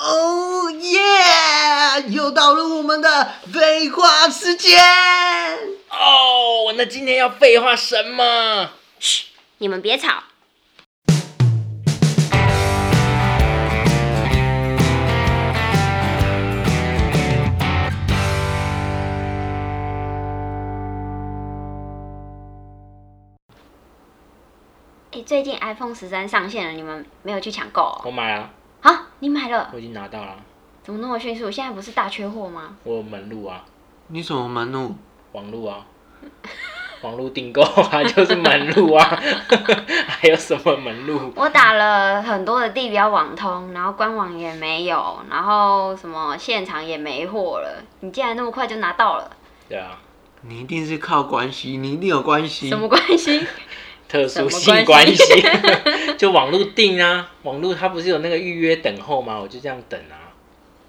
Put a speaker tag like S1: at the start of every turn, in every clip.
S1: Oh 又到了我们的废话时间。
S2: 哦，那今天要废话什么？
S3: 嘘，你们别吵。哎，最近 iPhone 十三上线了，你们没有去抢购哦？
S2: 我买了，
S3: 啊，你买了？
S2: 我已经拿到了，
S3: 怎么那么迅速？现在不是大缺货吗？
S2: 我有门路啊，
S1: 你怎么门路？
S2: 网路啊，网路订购啊， 就是门路啊， 还有什么门路？
S3: 我打了很多的地标网通，然后官网也没有，然后什么现场也没货了。你竟然那么快就拿到了，
S2: 对啊，
S1: 你一定是靠关系，你一定有关系
S2: 嗯
S3: 什。么关系？
S2: 特殊
S3: 什么
S2: 性
S3: 关
S2: 关
S3: 系
S2: 系， 就网路订啊，网路它不是有那个预约等候吗？我就这样等啊，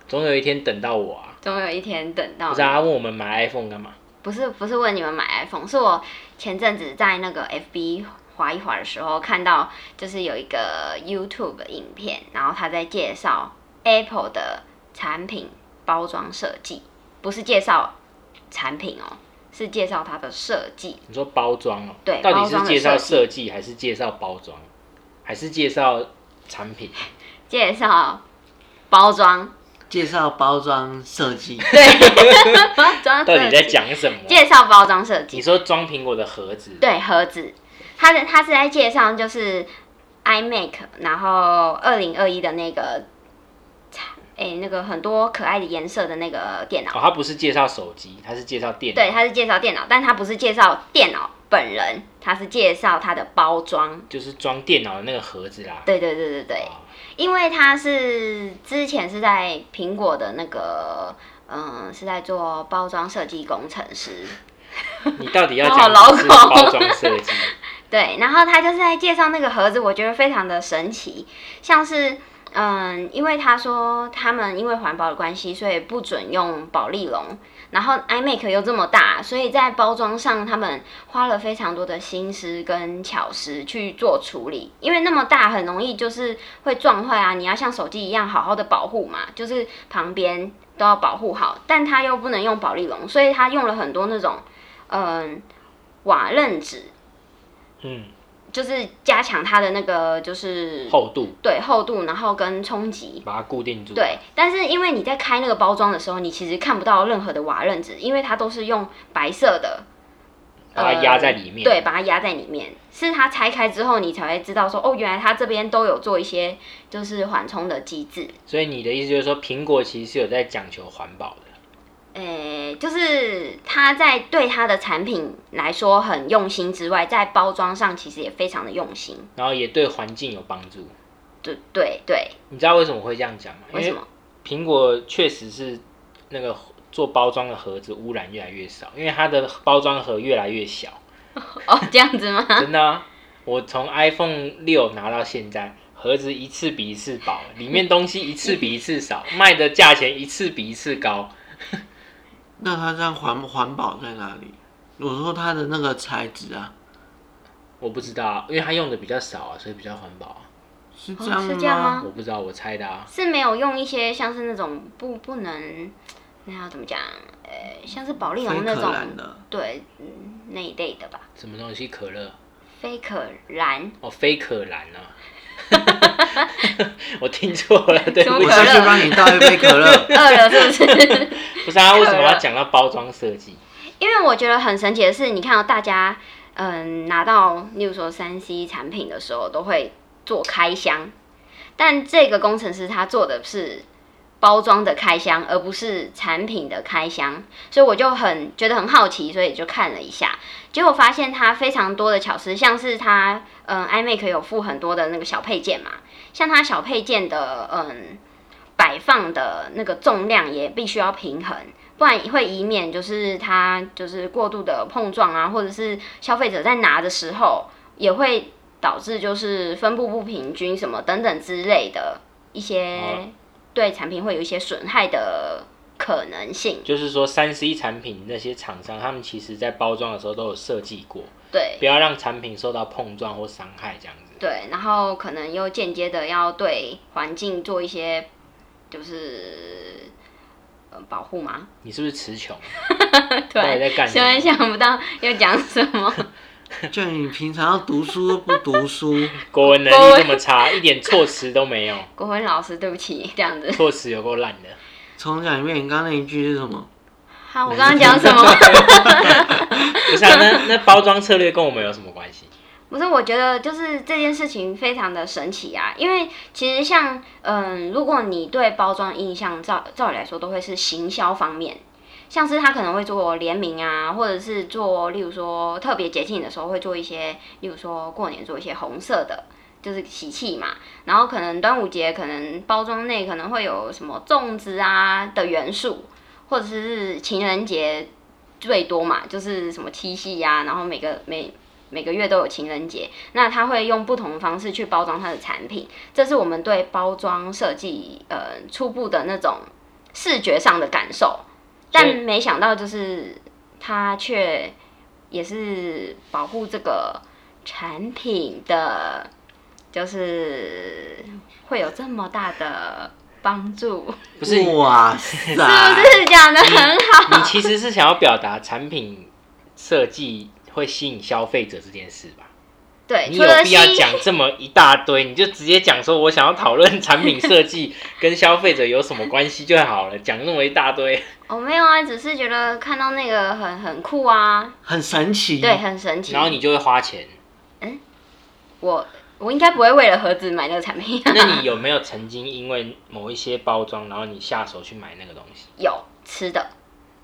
S2: 总有一天等到我啊。
S3: 总有一天等到
S2: 不
S3: 你
S2: 是。啊，问我们买 iPhone 干嘛？
S3: 不是不是问你们买 iPhone，是我前阵子在那个 FB 划一划的时候，看到就是有一个 YouTube 影片，然后他在介绍 Apple 的产品包装设计，不是介绍产品哦，是介绍它的设计。
S2: 你说包装哦、
S3: 对
S2: 到底
S3: 包装
S2: 是
S3: 的
S2: 介
S3: 设
S2: 绍
S3: 计
S2: 设计，还是介绍包装，还是介绍产品？
S3: 啊介绍包 装，
S1: 介绍包装设计，
S3: 包装
S2: 到
S3: 设
S2: 底在
S3: 计，
S2: 讲什么？
S3: 介绍包装设
S2: 你
S3: 计，
S2: 说装苹果的盒子，
S3: 对盒子，它的它是在介绍就是 iMac，然后二零二一的那个，哎、那个很多可爱的颜色的那个电脑，
S2: 哦，它不是介绍手机，它是介绍电脑，
S3: 对，它是介绍电脑，但它不是介绍电脑本人，它是介绍它的包装。
S2: 就是装电脑的那个盒子啦。
S3: 对对对对对，
S2: 啊
S3: 因为它是之前是在苹果的那个，嗯，是在做包装设计工程师，
S2: 你到底要
S3: 好
S2: 讲
S3: 老
S2: 的是
S3: 口
S2: 包装设计？
S3: 对，然后他就是在介绍那个盒子，我觉得非常的神奇，像是嗯，因为他说他们因为环保的关系，所以不准用保利龙，然后 iMac 又这么大，所以在包装上他们花了非常多的心思跟巧思去做处理，因为那么大很容易就是会撞坏啊，你要像手机一样好好的保护嘛，就是旁边都要保护好，但他又不能用保利龙，所以他用了很多那种嗯瓦楞纸。
S2: 嗯，
S3: 就是加强它的那个就是
S2: 厚度
S3: 对厚度，然后跟冲击。
S2: 把它固定住。，
S3: 对，但是因为你在开那个包装的时候，你其实看不到任何的瓦楞纸，因为它都是用白色的，呃
S2: 把它压在里面。
S3: 对，把它压在里面。是它拆开之后，你才会知道说，哦，原来它这边都有做一些就是缓冲的机制。
S2: 所以你的意思就是说，苹果其实是有在讲求环保的。
S3: 诶、就是它在对它的产品来说很用心之外，在包装上其实也非常的用心。
S2: 然后也对环境有帮助。
S3: 对对对，
S2: 你知道为什么会这样讲吗？
S3: 为什么？？
S2: 苹果确实是那个做包装的盒子污染越来越少，因为它的包装盒越来越小。
S3: 哦，这样子吗？
S2: 真的、啊，我从 iPhone 六拿到现在，盒子一次比一次薄，里面东西一次比一 次少，卖的价钱一次比一次高。
S1: 那它这样环环保在哪里？我说它的那个材质啊，
S2: 我不知道啊，因为它用的比较少啊，所以比较环保啊。
S1: 是
S3: 哦
S1: 这样吗？
S3: 是这样吗
S2: 我不知道，我猜的啊。
S3: 是没有用一些像是那种不不能，那要怎么讲？呃，像是保利龙
S1: 非
S3: 那
S1: 可燃
S3: 种，
S1: 的，
S3: 对嗯那一类的吧。
S2: 什么东西？可乐？
S3: 非可燃，
S2: 哦，非可燃啊。 我听错了，对
S3: 什么
S2: 不
S3: 可。
S1: 我
S2: 起。
S1: 下去帮你倒一杯可乐
S3: 饿了是 不是？
S2: 不是啊，为什么要讲到包装设计？
S3: 因为我觉得很神奇的是，你看到大家嗯拿到，例如说三 C 产品的时候，都会做开箱，但这个工程师他做的是包装的开箱，而不是产品的开箱，所以我就很觉得很好奇，所以就看了一下，结果发现它非常多的巧思，像是它嗯 iMac 有附很多的那个小配件嘛，像它小配件的嗯摆放的那个重量也必须要平衡。不然会以免就是它就是过度的碰撞啊，或者是消费者在拿的时候也会导致就是分布不平均什么等等之类的一些
S2: 哦
S3: 对产品会有一些损害的可能性。
S2: 就是说，三 C 产品那些厂商，他们其实在包装的时候都有设计过，
S3: 对
S2: 不要让产品受到碰撞或伤害这样子。
S3: 对，然后可能又间接的要对环境做一些就是呃保护吗？
S2: 你是不是词穷？
S3: 对，
S2: 到底在干什
S3: 突然
S2: 么？
S3: 想不到要讲什么。
S1: 就你平常要读书都不读书，
S2: 国文能力这么差，一点措辞都没有，
S3: 国文老师，对不起，这样子。
S2: 措辞有够烂的。
S1: 重讲一遍，你刚刚那一句是什么？
S3: 好，我刚刚讲什么？
S2: 不是啊，那那包装策略跟我们有什么关系？
S3: 不是，我觉得就是这件事情非常的神奇啊，因为其实像嗯，如果你对包装印象照照理来说都会是行销方面，像是他可能会做联名啊，或者是做例如说特别节庆的时候会做一些，例如说过年做一些红色的。就是喜气嘛，然后可能端午节可能包装内可能会有什么粽子啊的元素，或者是情人节最多嘛，就是什么七夕呀、然后每个每每个月都有情人节，那他会用不同的方式去包装他的产品，这是我们对包装设计呃初步的那种视觉上的感受，但没想到就是他却也是保护这个产品的，就是会有这么大的帮助，
S2: 不 是
S1: 哇塞，
S3: 是讲的很好，
S2: 你其实是想要表达产品设计会吸引消费者这件事吧？
S3: 对，
S2: 你
S3: 除
S2: 有
S3: 了
S2: 必要
S3: 吸
S2: 讲这么一大堆， 你就直接讲说我想要讨论产品设计跟消费者有什么关系就好了，讲那么一大 堆，
S3: 哦没有啊，只是觉得看到那个很很酷啊，
S1: 很神奇。
S3: 对，，很神奇。
S2: 嗯然后你就会花钱。
S3: 我我应该不会为了盒子买那个产品、啊
S2: 那你有没有曾经因为某一些包装，然后你下手去买那个东西？
S3: 有吃的，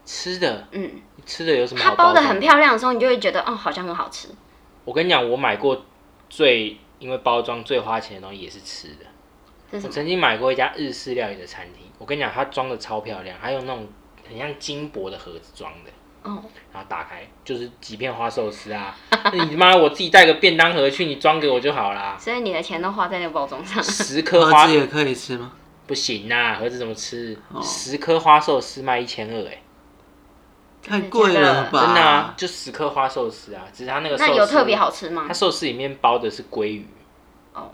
S2: 吃的，
S3: 嗯，
S2: 吃的有什么
S3: 它
S2: 好
S3: 包的
S2: 装
S3: 很漂亮的时候，你就会觉得哦，好像很好吃。
S2: 我跟你讲，我买过最因为包装最花钱的东西也是吃的。
S3: 这是
S2: 我
S3: 什么？
S2: 曾经买过一家日式料理的餐厅，我跟你讲，它装的超漂亮，还有那种很像金箔的盒子装的。
S3: 哦，
S2: 然后打开就是几片花寿司 啊！那你妈我自己带个便当盒去，你装给我就 好啦。
S3: 所以你的钱都花在那个包装上。
S2: 十颗
S1: 盒
S2: 花
S1: 子也可以吃吗？
S2: 不行啊，盒子怎么吃？
S1: 哦
S2: 十颗花寿司卖一千二，哎，
S1: 太贵了吧！
S2: 真的啊，就十颗花寿司啊，只是它那个寿
S3: 那
S2: 司
S3: 有特别，好吃吗
S2: 它？寿司里面包的是鲑鱼，
S3: 哦，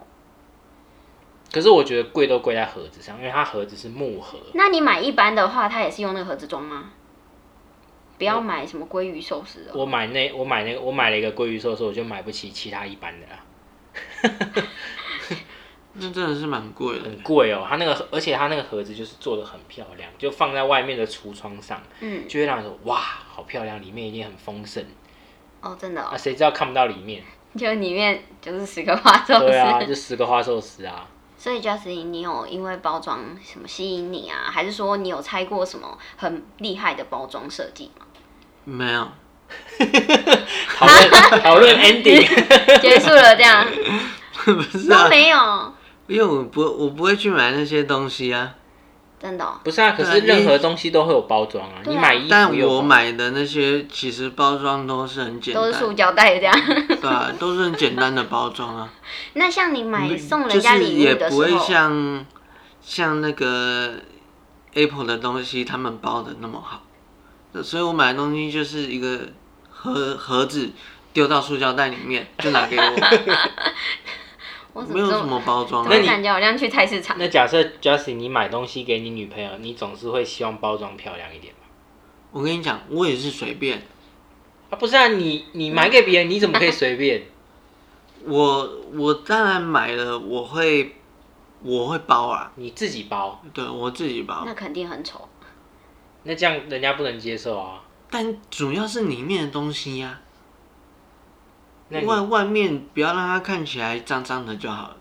S2: 可是我觉得贵都贵在盒子上，因为它盒子是木盒，
S3: 那你买一般的话，它也是用那个盒子装吗？不要买什么鲑鱼寿司哦。
S2: 我买那我买那个我买了一个鲑鱼寿司，我就买不起其他一般的啦，
S1: 那真的是蛮贵的
S2: 很。贵哦。它那个而且它那个盒子就是做的很漂亮，就放在外面的橱窗上。
S3: 嗯，
S2: 就会让人说哇，好漂亮，里面一定很丰盛。
S3: 哦，真的
S2: 啊，
S3: 哦，
S2: 谁知道看不到里 面？
S3: 就里面就是十个花寿
S2: 对啊，
S3: 司。
S2: 就十个花寿司啊。
S3: 所以 Justin，你有因为包装什么吸引你啊？还是说你有拆过什么很厉害的包装设计 吗？
S1: 没有，
S2: 讨 论讨论 ending，
S3: 结束了这样
S1: 不 是
S3: 都
S1: 啊，
S3: 没有，
S1: 因为我不我不会去买那些东西啊。
S3: 真的哦、
S2: 不是啊？可是任何东西都会有包装啊，
S3: 对啊
S2: 你买衣
S1: 但
S2: 服有
S1: 我
S2: 包
S1: 买的那些其实包装都是很简
S3: 都
S1: 单
S3: 是，塑胶袋这样。
S1: 对啊，都是很简单的包装啊。
S3: 那像你买送
S1: 就
S3: 人家
S1: 是
S3: 礼
S1: 也
S3: 物的时
S1: 不
S3: 候，
S1: 会像像那个 Apple 的东西，他们包的那么好。呃所以我买的东西就是一个盒盒子，丢到塑胶袋里面就拿给 我，
S3: 我怎
S1: 没有
S3: 这
S1: 什么包装、
S3: 怎
S1: 啊。
S2: 那
S3: 么
S2: 你
S3: 感觉好像去菜市场？
S2: 那假设 Justin 你买东西给你女朋友，你总是会希望包装漂亮一点吧？
S1: 我跟你讲，我也是随便。
S2: 啊，不是啊，你你买给别人，你怎么可以随便？
S1: 我我当然买了，我会我会包啊，
S2: 你自己包，
S1: 对我自己包
S3: 那。肯定很丑。
S2: 那这样人家不能接受啊。
S1: 但主要是里面的东西呀、
S2: 那你
S1: 外外面不要让它看起来脏脏的就好 了，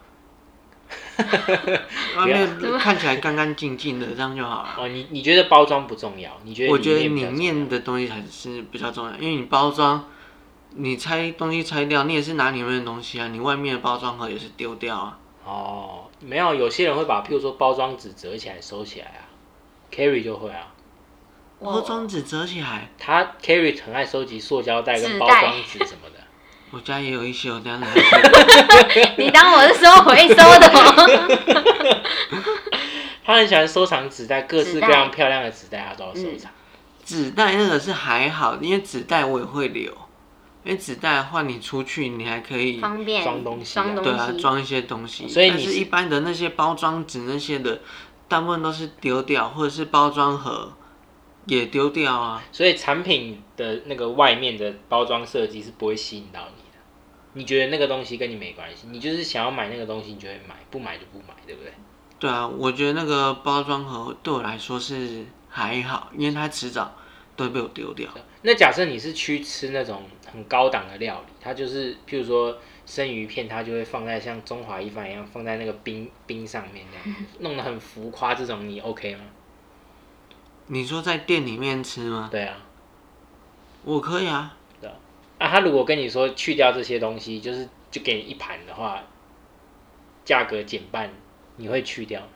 S1: 外面看起来干干净净的，这样就好了。
S2: 哦，你你觉得包装不重要？你觉得
S1: 我觉得里
S2: 里面比较重要
S1: 面的东西才是比较重要，因为你包装，你拆东西拆掉，你也是拿里面的东西啊，你外面的包装盒也是丢掉啊。
S2: 哦，没有，有些人会把，譬如说包装纸折起来收起来啊，Carry 就会啊，
S1: 包装纸折起来，
S2: 他 Carry 很爱收集塑胶袋跟
S3: 纸
S2: 包
S3: 袋
S2: 装纸什么的。
S1: 我家也有一些有这样的。
S3: 你当我是收回收的哦吗？
S2: 他很喜欢收藏纸袋，各式
S3: 纸
S2: 各
S3: 袋嗯
S2: 样漂亮的纸袋他都要收藏。
S1: 纸袋那个是还好，因为纸袋我也会留，因为纸袋的话你出去你还可以
S3: 方便
S2: 装东西啊
S3: 装
S1: 对啊
S3: 东西。
S1: 装一些东西。
S2: 所以
S1: 但
S2: 你
S1: 是
S2: 是
S1: 一般的那些包装纸那些的，大部分都是丢掉或者是包装盒，也丢掉啊。
S2: 所以产品的那个外面的包装设计是不会吸引到你的。你觉得那个东西跟你没关系，你就是想要买那个东西，你就会买，不买就不买，对不对？
S1: 对啊，我觉得那个包装盒对我来说是还好，因为它迟早都会被我丢掉。
S2: 那假设你是去吃那种很高档的料理，它就是譬如说生鱼片，它就会放在像中华一番一样放在那个冰冰上面这 样，弄得很浮夸，这种你 OK 吗？
S1: 你说在店里面吃吗？
S2: 对啊，
S1: 我可以啊，
S2: 啊，他如果跟你说去掉这些东西，就是就给你一盘的话，价格减半，你会去掉吗？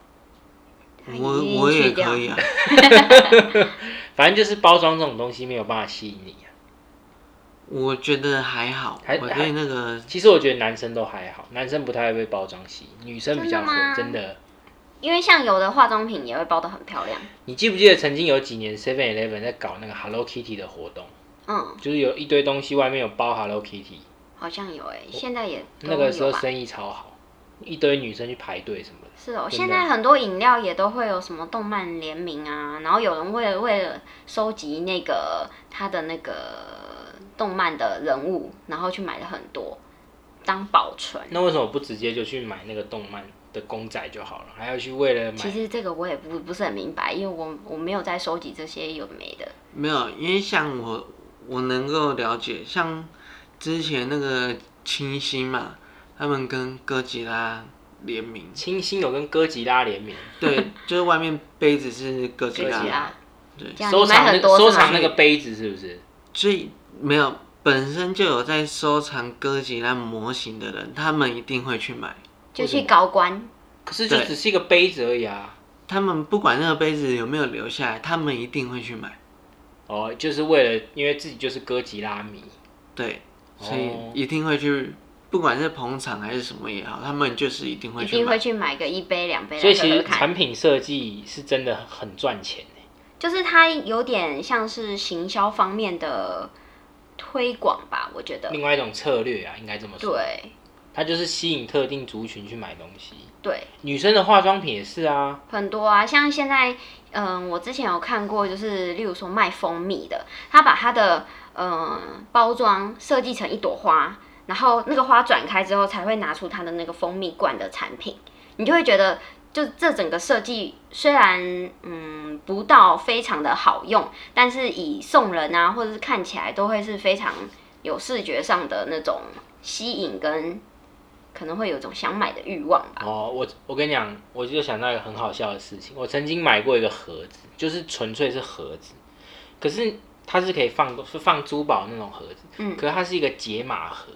S2: 哎
S1: 我我也可以啊。
S2: 反正就是包装这种东西没有办法吸引你啊、
S1: 我觉得还好，
S2: 还
S1: 我对那个
S2: 其实我觉得男生都还好，男生不太会被包装吸引，女生比较会
S3: 真的吗。
S2: 真的，
S3: 因为像有的化妆品也会包的很漂亮，
S2: 你记不记得曾经有几年 Seven Eleven 在搞那个 Hello Kitty 的活动，
S3: 嗯，
S2: 就是有一堆东西外面有包 Hello Kitty，
S3: 好像有哎、现在也都
S2: 那个时候
S3: 有吧？
S2: 生意超好，一堆女生去排队什么的。
S3: 是哦，
S2: 真的
S3: 现在很多饮料也都会有什么动漫联名啊，然后有人为了为了收集那个他的那个动漫的人物，然后去买了很多当保存。
S2: 那为什么不直接就去买那个动漫的公仔就好了，还要去为了买
S3: 其实这个我也不不是很明白，因为我我没有在收集这些有的没的。
S1: 没有，因为像我我能够了解，像之前那个清新嘛，他们跟哥吉拉联名，
S2: 清新有跟哥吉拉联名，
S1: 对，就是外面杯子是哥吉
S3: 哥
S1: 拉，
S3: 吉拉，
S1: 对
S3: 啊这样
S2: 收
S3: 你买
S2: 藏那
S3: 很
S2: 个
S3: 多
S2: 收
S3: 是吗
S2: 藏那个杯子是不是？
S1: 所以没有本身就有在收藏哥吉拉模型的人，他们一定会去买。
S3: 就去高官，
S2: 可是就
S1: 对
S2: 只是一个杯子而已啊。
S1: 他们不管那个杯子有没有留下来，他们一定会去买。
S2: 哦，就是为了因为自己就是哥吉拉迷，
S1: 对，
S2: 哦
S1: 所以一定会去，不管是捧场还是什么也好，他们就是一定会
S3: 一
S1: 去
S3: 定
S1: 买。
S3: 会去买个一杯两杯
S2: 所以
S3: 来
S2: 其
S3: 喝喝
S2: 实
S3: 啊看。
S2: 产品设计是真的很赚钱欸
S3: 就是它有点像是行销方面的推广吧，我觉得。
S2: 另外一种策略啊，应该这么说，
S3: 对
S2: 它就是吸引特定族群去买东西。
S3: 对，
S2: 女生的化妆品也是啊，
S3: 很多啊，像现在，嗯，我之前有看过，就是例如说卖蜂蜜的，他把它的嗯包装设计成一朵花，然后那个花转开之后才会拿出它的那个蜂蜜罐的产品，你就会觉得。就这整个设计虽然嗯不到非常的好用，但是以送人啊或者是看起来都会是非常有视觉上的那种吸引跟可能会有一种想买的欲望 吧。
S2: 哦，我我跟你讲，我就想到一个很好笑的事情。我曾经买过一个盒子，就是纯粹是盒子，可是它是可以放是放珠宝那种盒子，
S3: 嗯
S2: 可是它是一个解码盒，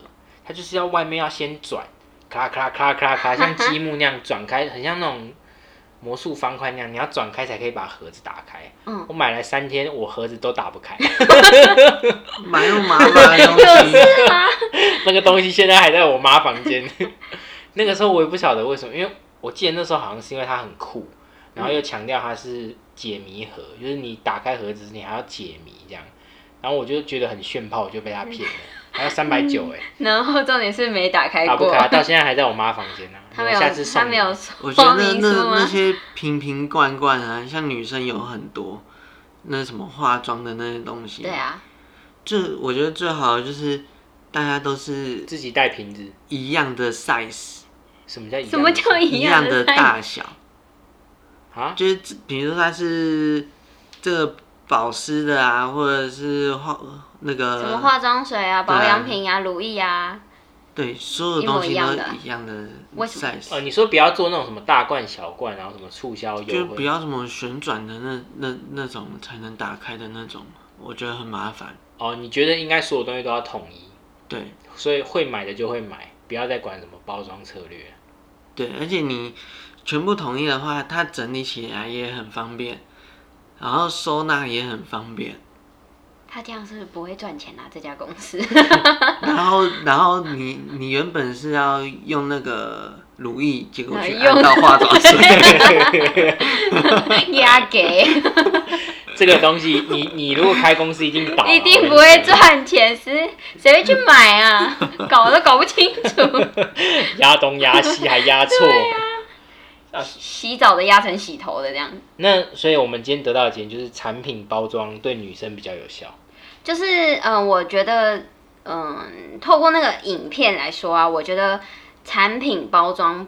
S2: 它就是要外面要先转，咔咔咔咔咔，像积木 那样转开，很像那种魔术方块那样，你要转开才可以把盒子打开。
S3: 嗯
S2: 我买来三天，我盒子都打不开，
S1: 买又麻烦 的东西，
S2: 那个东西现在还在我妈房间。 那个时候我也不晓得为什么，因为我记得那时候好像是因为它很酷，然后又强调它是解谜盒，就是你打开盒子你还要解谜这样，然后我就觉得很炫炮，我就被他 骗了，还要三百九哎，
S3: 然后重点是没打开
S2: 打不
S3: 过，
S2: 开，到现在还在我妈房间呢、
S3: 他
S2: 我
S3: 没有
S2: 下次，
S3: 他
S2: 送你
S3: 没有
S1: 我觉
S3: 说
S1: 得
S3: 明
S1: 那
S3: 书
S1: 那那
S3: 吗？
S1: 些瓶瓶罐罐啊，像女生有很多，那什么化妆的那些东西，
S3: 对，啊，
S1: 这我觉得最好的就是大家都是
S2: 自己带瓶子，
S1: 一样的 size，
S2: 什么叫一样的
S3: 什么叫
S1: 一
S3: 样
S1: 样的
S3: 菜
S1: 大小，
S2: 啊？
S1: 就是这比如说它是这个保湿的啊，或者是化那
S3: 什么
S1: 个
S3: 化妆水啊、保养品啊、乳液啊，
S1: 对，所有东西
S3: 一模一样
S1: 都
S3: 的
S1: 一样的
S3: 为什么
S1: size，
S2: 哦，你说不要做那种什么大罐小罐，然后什么促销
S1: 就是
S2: 优
S1: 不
S2: 惠，
S1: 要什么旋转的那那那种才能打开的那种，我觉得很麻烦。
S2: 哦，你觉得应该所有东西都要统一，
S1: 对
S2: 所以会买的就会买，不要再管什么包装策略。
S1: 对，而且你全部统一的话，它整理起来也很方便，然后收纳也很方便，
S3: 他这样是不是不会赚钱啊？这家公 司
S1: 然后然后你你原本是要用那个乳液，结果去
S3: 用
S1: 按到化妆水。
S3: 压给，
S2: 这个东西，你你如果开公司一定倒了，
S3: 一定不会赚钱，谁谁会去买啊？ 搞都搞不清楚，
S2: 压东压西还压错。啊啊
S3: 洗澡的压成洗头的这样，
S2: 那所以我们今天得到的结论就是，产品包装对女生比较有效。
S3: 就是嗯、呃我觉得嗯、透过那个影片来说啊，我觉得产品包装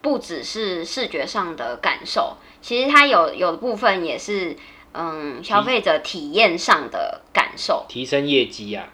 S3: 不只是视觉上的感受，其实它有有的部分也是嗯消费者体验上的感受，
S2: 提升业绩啊，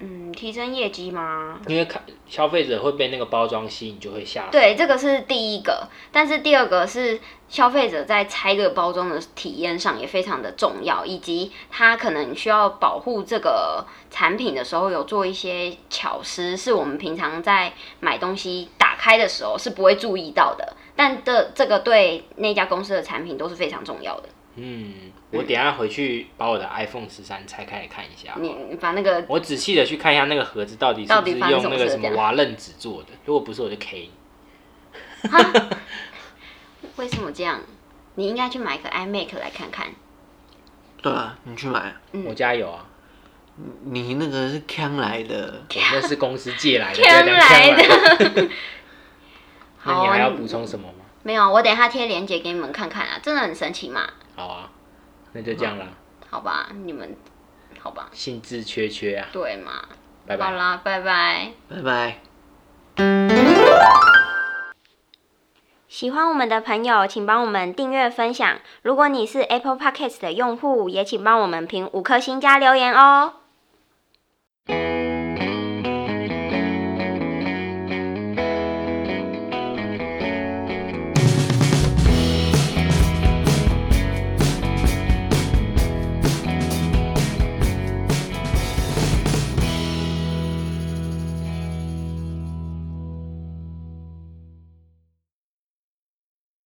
S3: 嗯，提升业绩吗？
S2: 因为看消费者会被那个包装吸引，就会下手。
S3: 嗯对，这个是第一个，但是第二个是消费者在拆这个包装的体验上也非常的重要，以及他可能需要保护这个产品的时候有做一些巧思，是我们平常在买东西打开的时候是不会注意到的，但这这个对那家公司的产品都是非常重要的。
S2: 嗯，我等一下回去把我的 iPhone 十三拆开来看一下。
S3: 你你把那个
S2: 我仔细的去看一下那个盒子到底是
S3: 到
S2: 不
S3: 底
S2: 是
S3: 发生
S2: 用
S3: 什么
S2: 那个
S3: 事
S2: 什么
S3: 这样
S2: 瓦楞纸做的，如果不是我就 K 你。
S3: 为什么这样？你应该去买个 iMac 来看看。
S1: 对啊，你去买啊，
S3: 嗯
S2: 我家有啊，
S1: 你那个是康来的，
S2: 我那是公司借来的，不 要
S3: 天
S2: 讲
S3: 来
S2: 天来的。
S3: 的。
S2: 那你
S3: 好啊
S2: 还要
S3: 你
S2: 补充什么吗？
S3: 没有，我等一下贴链接给你们看看啊，真的很神奇嘛。
S2: 好啊，那就这样啦，
S3: 好吧，你们好吧，
S2: 兴致缺缺啊，
S3: 对嘛？
S2: 拜
S3: 好
S2: 拜。
S3: 啦，拜拜。
S1: 拜拜。
S3: 喜欢我们的朋友，请帮我们订阅分享。如果你是 Apple Podcast 的用户，也请帮我们评五颗星加留言哦。